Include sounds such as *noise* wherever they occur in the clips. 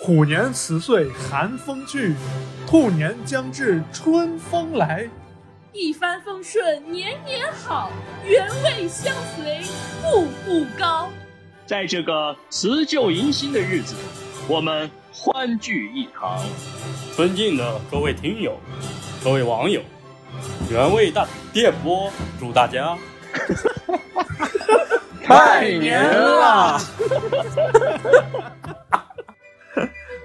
虎年辞岁寒风去，兔年将至春风来。一帆风顺年年好，原味相随步步高。在这个辞旧迎新的日子，我们欢聚一堂。尊敬的各位听友，各位网友，原味大电波祝大家拜年啦！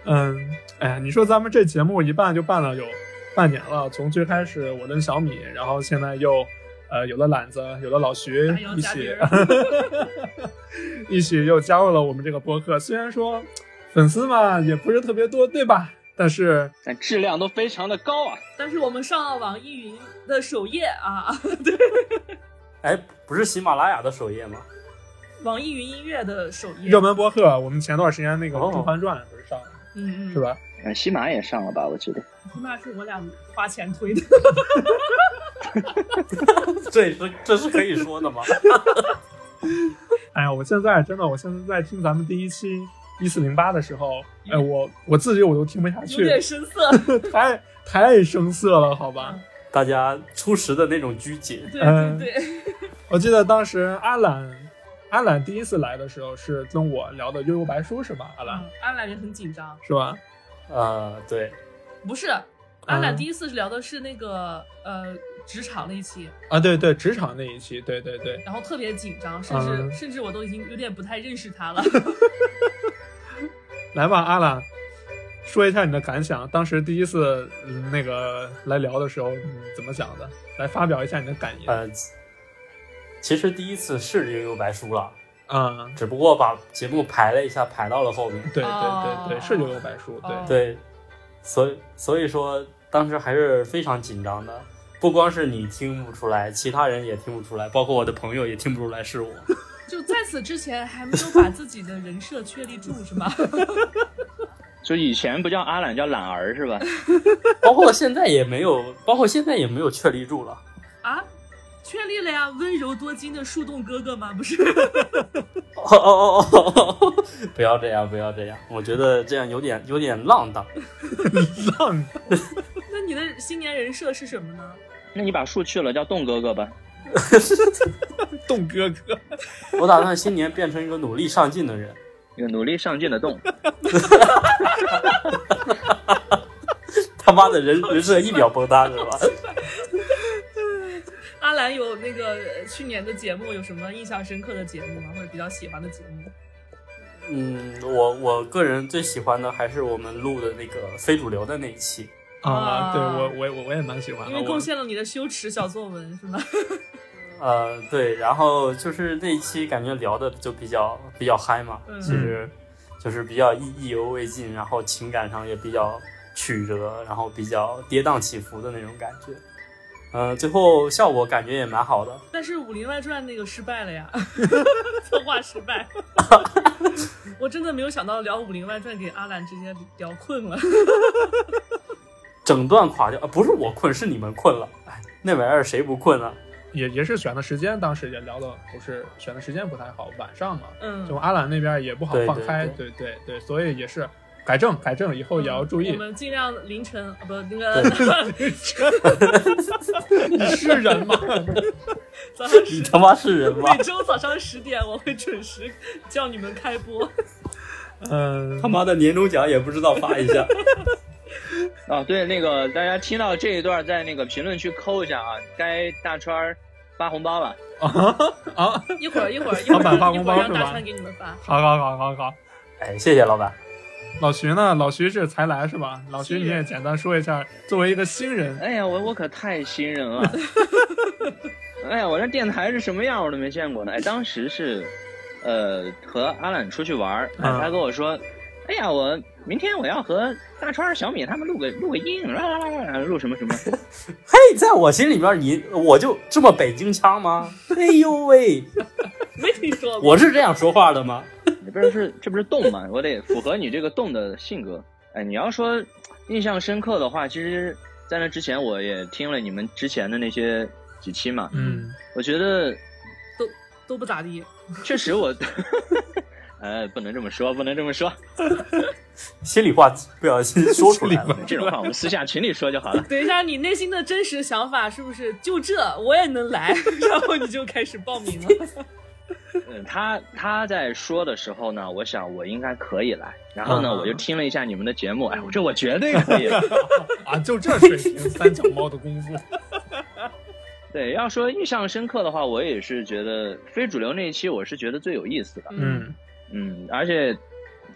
嗯，哎呀，你说咱们这节目一办就办了有半年了，从最开始我跟小米，然后现在又呃有了懒子，有了老徐加油一加起 *laughs* 油，一起又加入了我们这个播客。虽然说粉丝嘛也不是特别多，对吧？但是但质量都非常的高啊！但是我们上了网易云的首页啊， *laughs* 哎，不是喜马拉雅的首页吗？ *laughs* 网易云音乐的首页，热门播客，我们前段时间那个哦《甄嬛传》不是上了、嗯嗯，是？吧？啊，喜马也上了吧？我觉得那是我俩花钱推的。这这这是可以说的吗？ *laughs* 哎呀，我现在真的，我现在在听咱们第一期一四零八的时候，哎，我我自己我都听不下有点去，生涩，太太生涩了，好嗯吧？大家初识的那种拘谨，对嗯对对，我记得当时阿懒，阿懒第一次来的时候是跟我聊的《悠悠白书》是吧？阿懒、嗯安澜也很紧张，是吧？呃，对，不是，安嗯澜第一次聊的是那个呃职场那一期，啊，对对，职场那一期，对对对，然后特别紧张，甚至、嗯甚至我都已经有点不太认识他了。 *laughs* 来吧，阿懒，说一下你的感想，当时第一次、嗯那个来聊的时候，你怎么想的？来发表一下你的感言。呃，其实第一次是悠悠白书了，嗯，只不过把节目排了一下，排到了后面。对对哦对对，是《悠悠白书》，对。哦对，所以所以说当时还是非常紧张的，不光是你听不出来，其他人也听不出来，包括我的朋友也听不出来是我。就在此之前还没有把自己的人设确立住，是吗？就以前不叫阿懒，叫懒儿是吧？包括现在也没有，包括现在也没有确立住了。啊，确立了呀，温柔多金的树洞哥哥吗？不是，哦哦哦哦 *laughs* 哦！不要这样，不要这样，我觉得这样有点有点浪荡。浪 *laughs* 那你的新年人设是什么呢？那你把树去了，叫冻哥哥吧。动哥哥，我打算新年变成一个努力上进的人。一个努力上进的冻，他妈的人人设一秒崩塌是吧？阿兰有那个呃去年的节目有什么印象深刻的节目吗？或者比较喜欢的节目？ *laughs* 嗯，我我个人最喜欢的还是我们录的那个非主流的那一期。啊，啊对我我也我我也蛮喜欢因的。为啊我贡献了你的羞耻小作文，*laughs* 是吗？呃，对，然后就是那一期感觉聊的就比较比较嗨嘛，嗯其实就是比较意意犹未尽，然后情感上也比较曲折，然后比较跌宕起伏的那种感觉。嗯、最后效果感觉也蛮好的。但是《武林外传》那个失败了 *laughs* 呀，策划失败。我真的没有想到聊《武林外传》给阿兰直接聊困了。整段垮掉、啊，不是我困，是你们困了。哎，那玩意儿谁不困啊？ *laughs* 也也是选的时间，当时也聊的不是选的时间不太好，晚上嘛，就嗯，阿兰那边也不好对放对开，对对对，所以也是改正改正，以后也要注嗯我意。们尽量凌晨，啊不，那个你是人 *laughs* 吗？ *laughs* 早上十，你他妈是人 *laughs* 吗 *laughs* 每？周早上十点我会准时叫你们开播。嗯他，妈的年终奖也不知道发一下。啊，对，那个大家听到这一段，在那个评论区扣一下啊，该大川儿发红包了。一会儿一 *laughs* 会儿一会老板发儿一红会包儿让是吧大川给你们发。啊好好好好好。 *laughs* 哎，谢谢老板。老徐呢？老徐是才来是吧？老徐新你人也简单说一下，作为一个新人，哎呀，我我可太新人了。哎呀，我这电台是什么样我都没见过呢。哎，当时是，呃，和阿懒出去玩儿，哎嗯他跟我说，哎呀，我明天我要和大川、小米他们录个录个音，啦啦啦啦啦，录什么什么。嘿，在我心里面你我就这么北京腔 *laughs* 吗？哎呦喂，没听说过。我是这样说话的吗？你不是是这不是动吗？我得符合你这个动的性格。哎，你要说印象深刻的话，其实，在那之前我也听了你们之前的那些几期嘛，嗯我觉得都都不咋地。确实我， *laughs* 哎，不能这么说，不能这么说，心里话不小心说出来了。这种话我们私下群里说就好了。等一下，你内心的真实想法是不是就这我也能 *laughs* 来？然后你就开始报名 *laughs* 了。嗯，他他在说的时候呢，我想我应该可以来。然后呢，嗯我就听了一下你们的节目，哎，我这我绝对可以。 *laughs* 啊，就这水平，三脚猫的功夫，对，要说印象深刻的话，我也是觉得非主流那一期我是觉得最有意思的。嗯，嗯，而且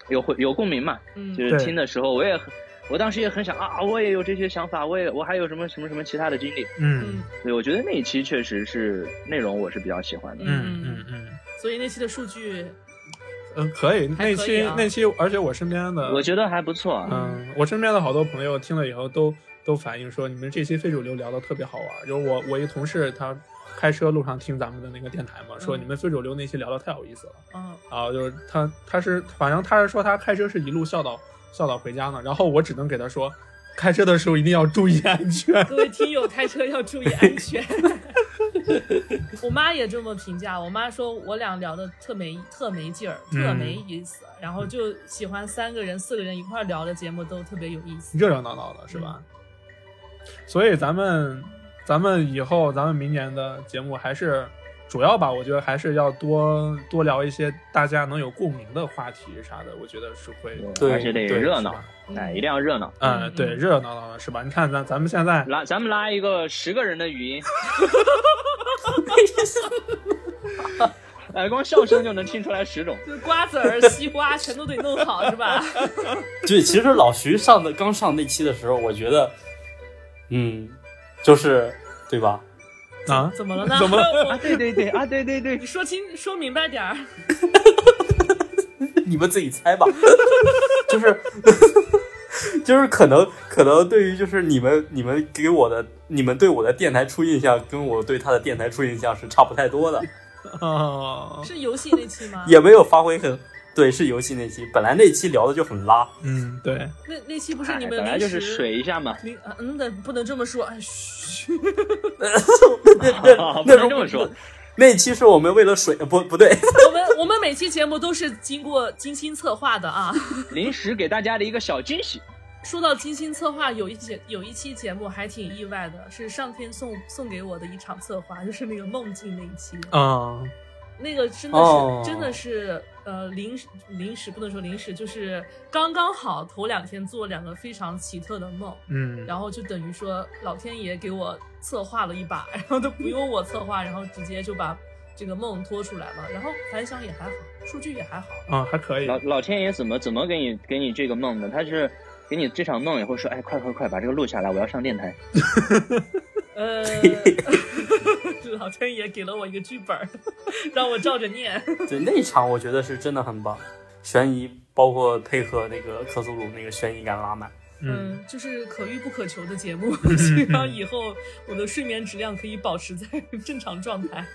有会有共鸣嘛，嗯就对是听的时候我也很，我当时也很想啊，我也有这些想法，我也我还有什么什么什么其他的经历。嗯嗯对，我觉得那一期确实是内容我是比较喜欢的。嗯嗯嗯，所以那期的数据，嗯，可以。还那可期以啊那期，而且我身边的，我觉得还不错啊。嗯，我身边的好多朋友听了以后都都反映说，你们这期非主流聊的特别好玩儿。就是我我一同事他开车路上听咱们的那个电台嘛，说嗯你们非主流那期聊的太有意思了。嗯，然后就是他他是反正他是说他开车是一路笑到笑到回家呢，然后我只能给他说，开车的时候一定要注意安全。各位听友开车要注意安全。 *laughs* 我妈也这么评价，我妈说我俩聊的特没特没劲儿，嗯特没意思，然后就喜欢三个人、四个人一块儿聊的节目都特别有意思。热热闹闹的，是吧？所以咱们咱们以后咱们明年的节目还是主要吧，我觉得还是要多多聊一些大家能有共鸣的话题啥的，我觉得是会，对而且得对热是闹吧，嗯哎，一定要热闹。嗯，嗯对，热热闹闹的是吧？你看咱咱们现在拉，咱们拉一个十个人的语音， *laughs* 哎，光笑声就能听出来十种。就是瓜子儿、西瓜全都得弄好，是吧？ *laughs* 对，其实老徐上的刚上那期的时候，我觉得，嗯，就是对吧？ *laughs* 啊， *laughs* 怎么了呢？怎么 *laughs* 啊，对对对，啊，对对 *laughs* 对你，说清说明白点儿。你们自己猜吧， *laughs* 就是 *laughs* 就是可能可能对于就是你们你们给我的你们对我的电台初印象跟我对他的电台初印象是差不太多的，啊，是游戏那期吗？也没有发挥很对，是游戏那期，本来那期聊的就很拉， *laughs* *laughs* 嗯，对，那那期不是哎你们本来临就是时水一下 *laughs* 嘛，临啊嗯的不能这么说，哎嘘， *laughs* 那那 *laughs* 不那能这时候么说，那期是我们为了水不不对，我们我们每期节目都是经过精心策划的啊。临时给大家的一个小惊喜。说到精心策划，有一节有一期节目还挺意外的，是上天送送给我的一场策划，就是那个梦境那一期，啊，那个真的是、哦真的是呃临时临时不能说临时，就是刚刚好头两天做两个非常奇特的梦，嗯，然后就等于说老天爷给我策划了一把， *laughs* 然后都不用我策划，然后直接就把这个梦拖出来了，然后反响也还好，数据也还好。啊，还可以，老老天爷怎么怎么给你给你这个梦呢？他是给你这场梦以后说，哎，快快快，把这个录下来，我要上电台。呃，老天爷给了我一个剧本儿， *laughs* 让我照着念。对那一场我觉得是真的很棒，悬疑包括配合那个克苏鲁那个悬疑感拉满。嗯，嗯，就是可遇不可求的节目，希望以后我的睡眠质量可以保持在正常状态。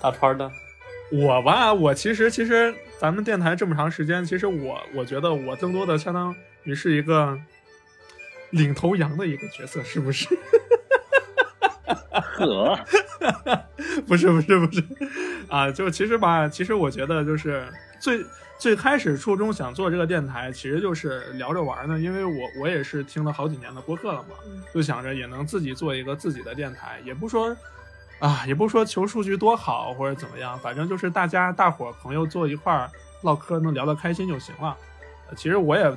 大川呢？我吧，我其实其实咱们电台这么长时间，其实我我觉得我更多的相当于是一个领头羊的一个角色，是不是？呵， *laughs* 不是不是不是，啊，就其实吧，其实我觉得就是最最开始初衷想做这个电台，其实就是聊着玩儿呢，因为我我也是听了好几年的播客了嘛，嗯就想着也能自己做一个自己的电台，也不说啊，也不说求数据多好或者怎么样，反正就是大家大伙儿朋友坐一块儿唠嗑，能聊得开心就行了。呃其实我也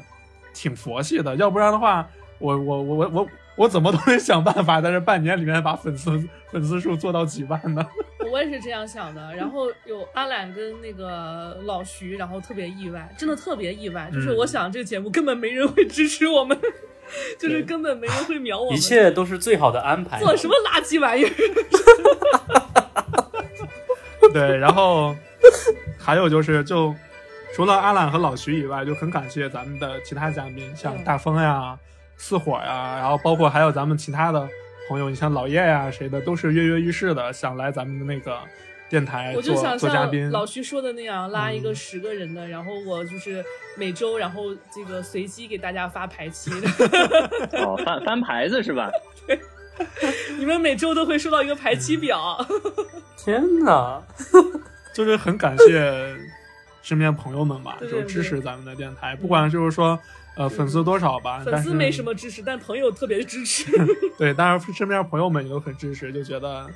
挺佛系的，要不然的话，我我我我我我怎么都得想办法在这半年里面把粉丝粉丝数做到几万呢？ *laughs* 我也是这样想的。然后有阿懒跟那个老徐，然后特别意外，真的特别意外。就是嗯我想这个节目根本没人会支持我们， *laughs* 就是根本没人会秒我们。一切都是最好的安 *laughs* 排。做什么垃圾玩意儿？对，然后还有就是，就除了阿懒和老徐以外，就很感谢咱们的其他嘉宾，像嗯大风呀、四火呀，然后包括还有咱们其他的朋友，你像老叶呀谁的，都是跃跃欲试的想来咱们的那个电台我哎做就想做嘉像宾。嗯老徐说的那样，拉一个十个人的，然后我就是每周，然后这个随机给大家发排期， *laughs* 哦，翻翻牌子是吧？你们每周都会收到一个嗯 *laughs* 排期表。天哪！就是很感谢身边朋友们吧，对就对嗯支持咱们的电台，不管就是说呃粉丝多少吧，粉但丝是没什么支持，但朋友特别 *laughs* 支持。对，当然身边朋友们也都很支持，就觉得，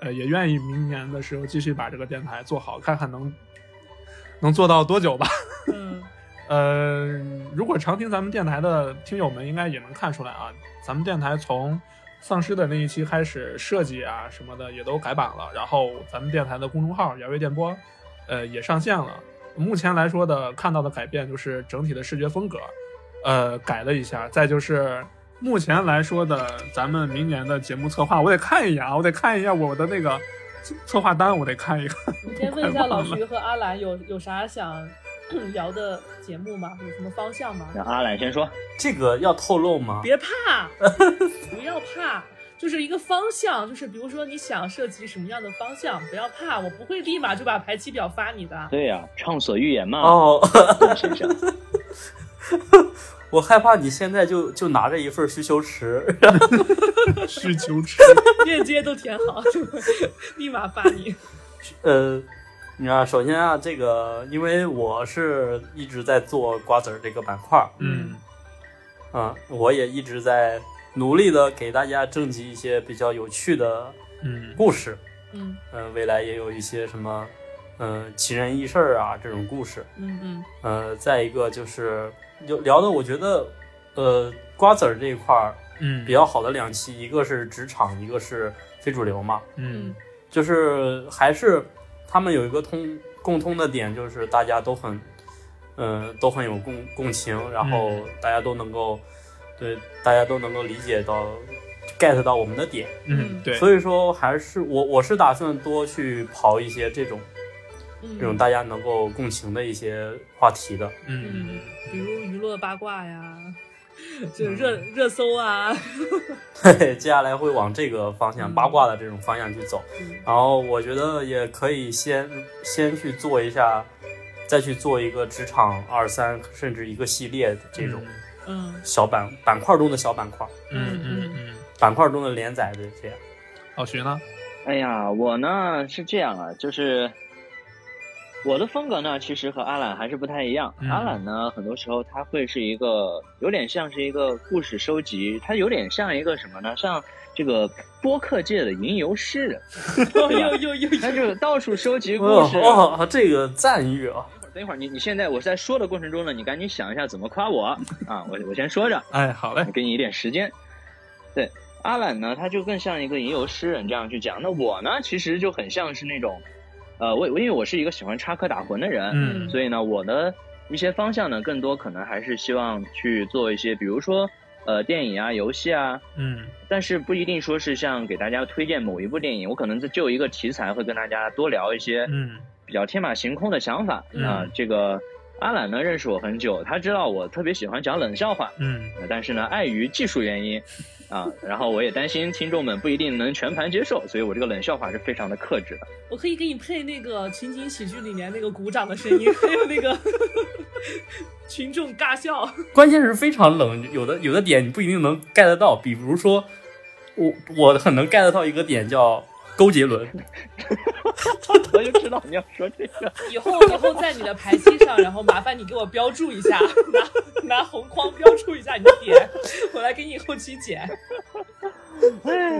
呃，也愿意明年的时候继续把这个电台做好，看看能能做到多久吧。嗯，呃，如果常听咱们电台的听友们，应该也能看出来啊，咱们电台从丧尸的那一期开始，设计啊什么的也都改版了，然后咱们电台的公众号“摇曳电波”，呃，也上线了。目前来说的看到的改变就是整体的视觉风格，呃，改了一下。再就是目前来说的咱们明年的节目策划，我得看一眼啊，我得看一下我的那个策策划单，我得看一 *laughs* 看。你先问一下老徐和阿兰有有啥想 *clears throat* 聊的节目吗？有什么方向吗？让阿懒先说，这个要透露吗？ *laughs* 别 *laughs* 怕，不要怕，就是一个方向，就是比如说你想涉及什么样的方向，不要怕，我不会立马就把排期表发你的。对呀、畅所欲言嘛，哦， *laughs* 贡献一下。我害怕你现在就就拿着一份需求池，需求池，链接都填好，就会立马发你。呃，你看，首先啊，这个因为我是一直在做瓜子儿这个板块儿，嗯，嗯，我也一直在努力的给大家征集一些比较有趣的嗯故事，嗯嗯、未来也有一些什么，嗯、奇人异事儿啊这种故事，嗯嗯呃，再一个就是就聊的，我觉得，呃，瓜子儿这一块儿嗯比较好的两期，一个是职场，一个是非主流嘛，嗯就是还是他们有一个通共通的点，就是大家都很，呃，都很有共共情，然后嗯大家都能够，对，大家都能够理解到 get 到我们的点，嗯，对，所以说还是我我是打算多去刨一些这种嗯，这种大家能够共情的一些话题的，嗯嗯。比如娱乐八卦 *laughs* 呀，就热热搜啊。对，接下来会往这个方向嗯八卦的这种方向去走。嗯然后我觉得也可以先先去做一下，再去做一个职场二三甚至一个系列的这种 *laughs* 嗯小板板块中的小板块，嗯嗯嗯，板块中的连载的这样。老徐呢？哎呀，我呢是这样啊，就是我的风格呢，其实和阿懒还是不太一样。嗯阿懒呢，很多时候他会是一个有点像是一个故事收集，他有点像一个什么呢？像这个播客界的吟游诗人， *laughs* 哦对吧呦呦呦他呦，就到处收集故哦事。哦，这个赞誉啊，等一会儿，你你现在我在说的过程中呢，你赶紧想一下怎么夸我啊！我我先说着，哎，好嘞我，给你一点时间。对，阿懒呢，他就更像一个吟游诗人这样去讲。那我呢，其实就很像是那种，呃，我我因为我是一个喜欢插科打诨的人，嗯所以呢，我的一些方向呢，更多可能还是希望去做一些，比如说呃电影啊、游戏啊，嗯但是不一定说是像给大家推荐某一部电影，我可能就一个题材会跟大家多聊一些嗯比较天马行空的想法啊、嗯这个阿懒呢认识我很久，他知道我特别喜欢讲冷笑话。嗯呃但是呢，碍于技术原因，啊，然后我也担心听众们不一定能全盘接受，所以我这个冷笑话是非常的克制的。我可以给你配那个情景喜剧里面那个鼓掌的声音，还有那个群众尬笑。关键是非常冷，有的有的点你不一定能 get 到，比如说我我很能 get 到一个点叫勾结伦，我就知道你要说这个，以后以后在你的排期上，然后麻烦你给我标注一下，拿拿红框标注一下你的点，我来给你后期剪。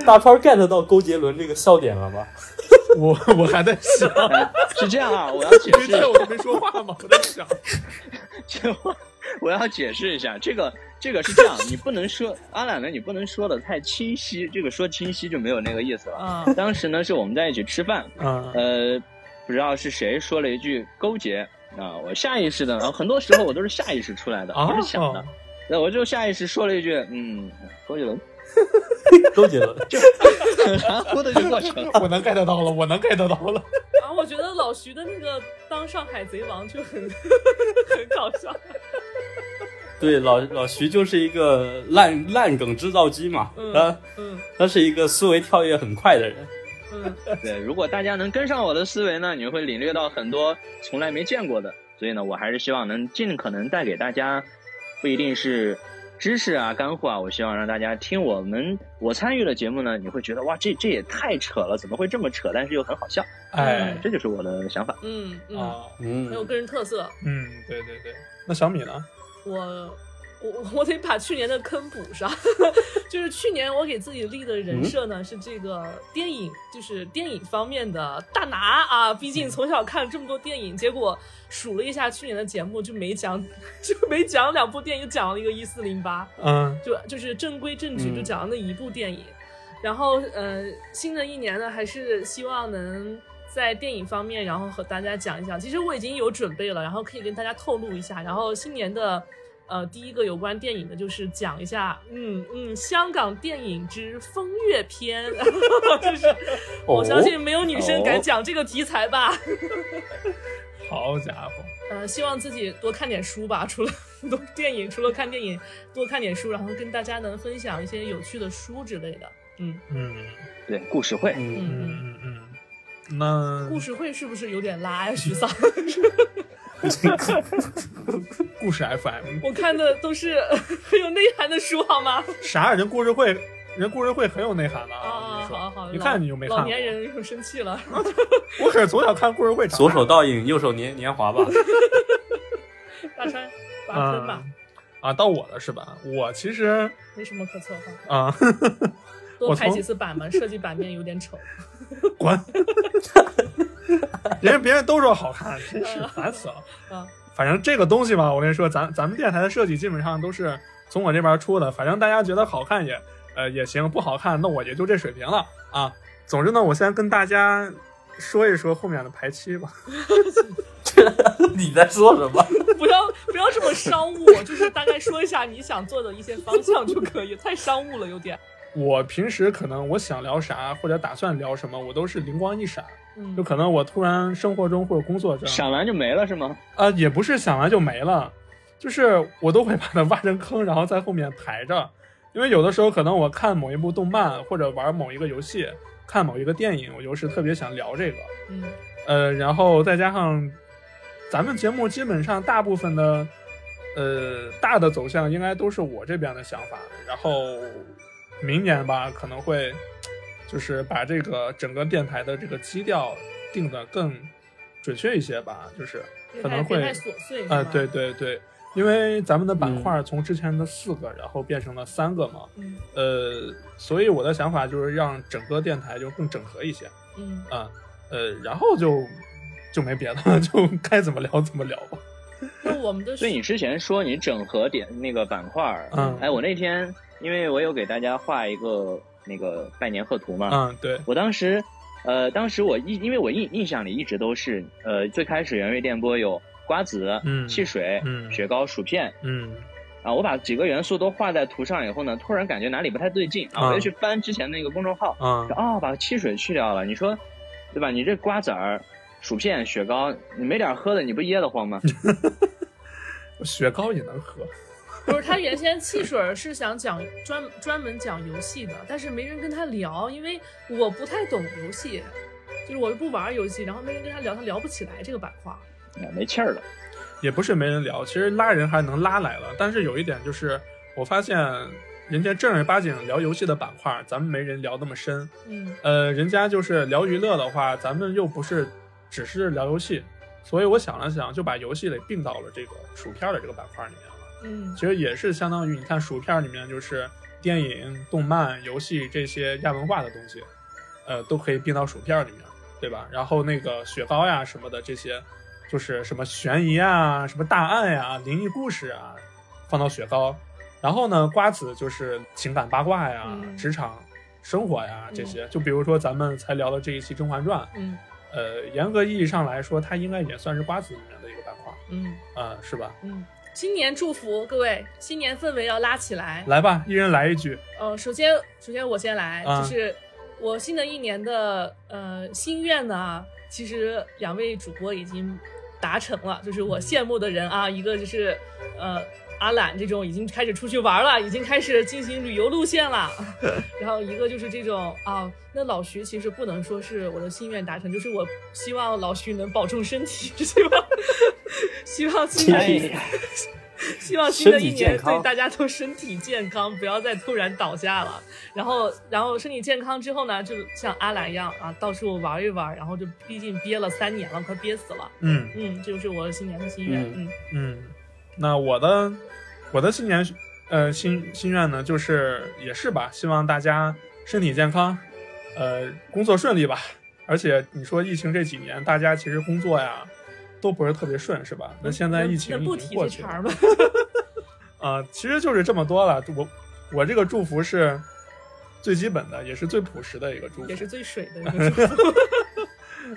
大川 get 到勾结伦这个笑点了吧？ *laughs* 我我还在 *laughs* 想，呃是这样啊，我要解因为释这， *laughs* 我都没说话嘛，我在 *laughs* 想，就我要解释一下，这个这个是这样，你不能说阿懒呢，你不能说的太清晰，这个说清晰就没有那个意思了。啊，当时呢是我们在一起吃饭，嗯呃，不知道是谁说了一句勾结啊、我下意识的，然后很多时候我都是下意识出来的，啊不是想的。那我就下意识说了一句，嗯，周杰 *laughs* 伦，勾结伦，很含糊的就过去了。哦我能 get 到了，我能 get 到了，然后我觉得老徐的那个当上海贼王就很很搞笑。对，老老徐就是一个烂烂梗制造机嘛，嗯他嗯他是一个思维跳跃很快的人。嗯，对，如果大家能跟上我的思维呢，你会领略到很多从来没见过的。所以呢，我还是希望能尽可能带给大家，不一定是知识啊、干货啊，我希望让大家听我们我参与的节目呢，你会觉得哇，这这也太扯了，怎么会这么扯？但是又很好笑， *laughs* 哎这就是我的想法。嗯嗯，啊，嗯很有个人特色。嗯，对对对。那小米呢？我我我得把去年的坑补上， *laughs* 就是去年我给自己立的人设呢、是这个电影，就是电影方面的大拿啊。毕竟从小看这么多电影，结果数了一下去年的节目就没讲， *laughs* 就没讲两部电影，讲了一个一四零八，嗯就就是正规正矩嗯就讲了那一部电影。然后呃，新的一年呢，还是希望能。在电影方面，然后和大家讲一讲。其实我已经有准备了，然后可以跟大家透露一下。然后新年的，呃，第一个有关电影的就是讲一下，嗯嗯，香港电影之风月篇， *laughs* 就是我相信没有女生敢讲这个题材吧。好家伙，呃，希望自己多看点书吧， *laughs* 除了多电影，除了看电影，多看点书，然后跟大家能分享一些有趣的书之类的。嗯，嗯对，故事会，嗯嗯嗯嗯嗯。那故事会是不是有点拉呀，徐桑？ *laughs* *laughs* 故事 FM 我看的都是呃很有内涵的书，好吗？啥？人故事会，人故事会很有内涵的啊，我跟好你说，好，一老看你就没看老过。年人又生气了。 *laughs* 我可是从小看故事会长大的，左手倒影，右手年年华吧。大川拔坑吧啊，啊，到我了是吧？我其实没什么可策划，啊，多我拍从 *laughs* 几次版嘛，设计版面有点丑。 *laughs* 滚！人家别人都说好看，真是嗯烦死了。啊，反正这个东西吧，我跟你说，咱咱们电台的设计基本上都是从我这边出的。反正大家觉得好看也呃也行，不好看那我也就这水平了啊。总之呢，我先跟大家说一说后面的排期吧。你在说什么？不要不要这么商务，就是大概说一下你想做的一些方向就可以，太商务了有点。我平时可能我想聊啥或者打算聊什么，我都是灵光一闪，嗯就可能我突然生活中或者工作中想完就没了是吗？啊，也不是想完就没了，就是我都会把它挖成坑，然后在后面排着。因为有的时候可能我看某一部动漫或者玩某一个游戏，看某一个电影，我就是特别想聊这个。嗯呃，然后再加上咱们节目基本上大部分的呃大的走向应该都是我这边的想法，然后明年吧可能会就是把这个整个电台的这个基调定的更准确一些吧，就是别可太能会别太琐碎是吧啊、对，对对，因为咱们的板块从之前的四个，然后变成了三个嘛，嗯呃，所以我的想法就是让整个电台就更整合一些。嗯，啊，呃，然后就就没别的了， *laughs* 就该怎么聊怎么聊吧。那我们的所以你之前说你整合点那个板块儿，嗯哎，我那天因为我有给大家画一个那个拜年贺图嘛，嗯，对，我当时，呃，当时我印，因为我印印象里一直都是，呃，最开始原味电波有瓜子、嗯汽水、嗯雪糕、薯片嗯啊，我把几个元素都画在图上以后呢，突然感觉哪里不太对劲啊，啊我就去翻之前那个公众号，啊哦，把汽水去掉了，你说，对吧？你这瓜子儿、薯片、雪糕，你没点喝的，你不噎得慌吗？雪糕也能喝。不是他原先汽水儿是想讲专专门讲游戏的，但是没人跟他聊，因为我不太懂游戏，就是我又不玩游戏，然后没人跟他聊，他聊不起来这个板块。啊没气儿了。也不是没人聊，其实拉人还能拉来了。但是有一点就是，我发现人家正儿八经聊游戏的板块，咱们没人聊那么深。嗯呃，人家就是聊娱乐的话，咱们又不是只是聊游戏，所以我想了想，就把游戏给并到了这个薯片的这个板块里面了。嗯其实也是相当于你看薯片里面就是电影、动漫、游戏这些亚文化的东西，呃，都可以并到薯片里面，对吧？然后那个雪糕呀什么的这些，就是什么悬疑啊、什么大案呀、灵异故事啊，放到雪糕。然后呢，瓜子就是情感八卦呀、嗯职场生活呀这些。就比如说咱们才聊的这一期《甄嬛传》，嗯呃，严格意义上来说，它应该也算是瓜子里面的一个板块，嗯啊、是吧？嗯，新年祝福各位，新年氛围要拉起来。来吧，一人来一句。呃，首先，首先我先来，啊就是我新的一年的呃心愿呢，其实两位主播已经达成了，就是我羡慕的人啊，一个就是呃阿懒这种已经开始出去玩了，已经开始进行旅游路线了，然后一个就是这种啊，那老徐其实不能说是我的心愿达成，就是我希 *laughs* 望老徐能保重身体，是吧？希望今 *laughs* 哎年呀，希望新的身体一年健康对大家都身体健康，不要再突然倒下了。然后，然后身体健康之后呢，就像阿兰一样啊，到处玩一玩。然后就毕竟憋了三年了，快憋死了。嗯嗯，这就是我新年的心愿。嗯嗯嗯，那我的我的新年呃心心愿呢，就是也是吧，希望大家身体健康，呃，工作顺利吧。而且你说疫情这几年，大家其实工作呀都不是特别顺，是吧？那现在疫情那嗯不已提经这过去茬了儿吧。啊、其实就是这么多了。我我这个祝福是最基本的，也是最朴实的一个祝福。也是最水的一个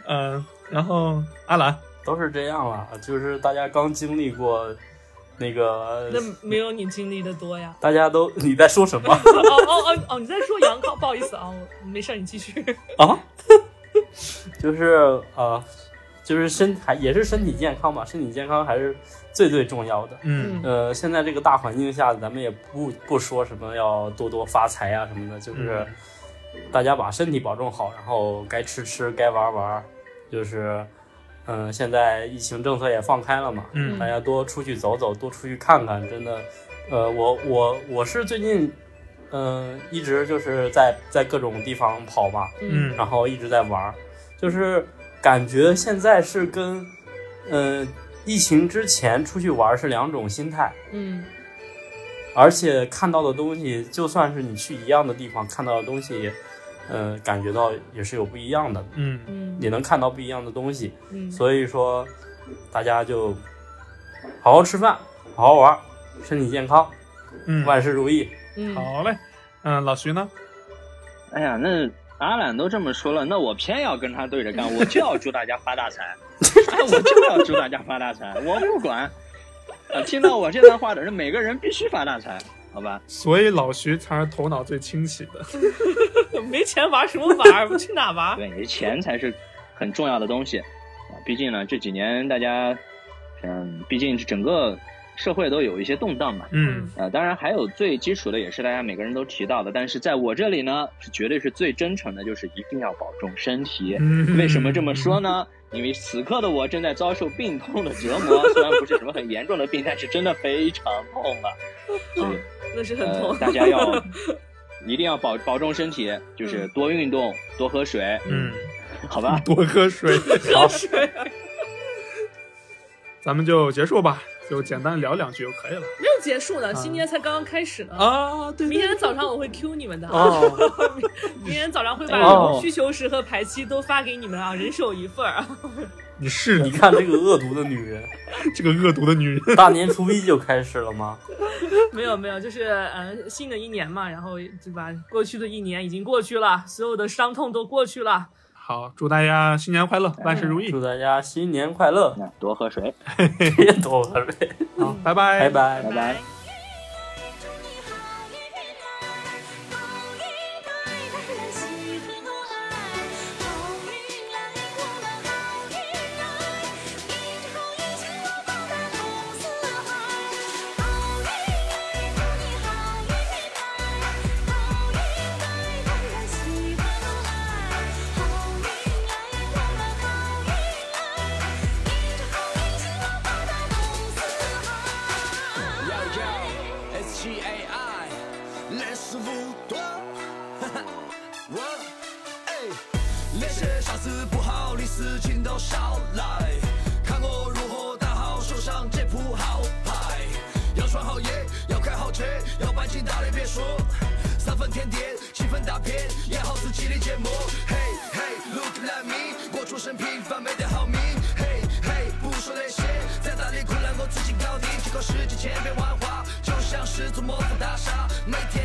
嗯、然后阿兰，都是这样了，就是大家刚经历过那个那，没有你经历的多呀。大家都你在说什么哦哦哦哦，你在说杨康，不好意思啊，我没事儿，你继续。啊？ *laughs* 就是呃，就是身还也是身体健康吧，身体健康还是最最重要的。嗯呃，现在这个大环境下，咱们也不不说什么要多多发财啊什么的，就是嗯大家把身体保重好，然后该吃吃，该玩玩，就是嗯、呃现在疫情政策也放开了嘛，嗯大家多出去走走，多出去看看，真的，呃，我我我是最近。嗯、一直就是在在各种地方跑嘛，嗯然后一直在玩儿，就是感觉现在是跟，嗯、疫情之前出去玩儿是两种心态，嗯而且看到的东西，就算是你去一样的地方看到的东西，嗯、感觉到也是有不一样的，嗯嗯也能看到不一样的东西。嗯，所以说，大家就好好吃饭，好好玩儿，身体健康，嗯，万事如意。嗯好嘞。嗯，老徐呢？哎呀，那阿懒都这么说了，那我偏要跟他对着干，我就要祝大家发大财， *laughs* 哎，我就要祝大家发大财，我不管。啊，听到我这段话的人，每个人必须发大财，好吧？所以老徐才是头脑最清晰 *laughs* 的。没钱玩什么玩？我去哪玩？对，你钱才是很重要的东西啊。毕竟呢，这几年大家，嗯，毕竟整个社会都有一些动荡嘛。嗯啊，当然还有最基础的，也是大家每个人都提到的，但是在我这里呢，是绝对是最真诚的，就是一定要保重身体。嗯， *laughs* 为什么这么说呢？因为此刻的我正在遭受病痛的折磨，虽然不是什么很严重的病，但是真的非常痛了。所以那是很呃痛，。大 *laughs* 家要一定要保保重身体，就是嗯多运动、多喝水，嗯，好吧？多喝 *laughs* 水。喝水。咱们就结束吧，就简单聊两句就可以了。没有结束呢，啊新年才刚刚开始呢。啊，对明天早上我会 Q 你们的啊，哦，明天早上会哎把呦需求石和排期都发给你们啊，人手一份儿啊。 *laughs* 你是 *laughs* 你你看这个恶毒的女人，这个恶毒的女人。大年初一就开始了吗？没有没有，就是呃，新的一年嘛，然后对吧？过去的一年已经过去了，所有的伤痛都过去了。好，祝大家新年快乐，万事如意。祝大家新年快乐，那多喝水。别多喝水，好，拜拜，拜。拜拜。拜来时不 *laughs* 多，哈哈，我哎，那些啥子不好的事情都少来，看我如何打好手上这铺好牌。要穿好鞋，要开好车，要搬进大的别墅，三分甜点，七分大片，演好自己的节目。嘿嘿，Look at me，我出身平凡，没得好命。嘿嘿，不说那些，再大的困难我自己搞定。几个世纪千变万化，就像是座魔法大厦，每天。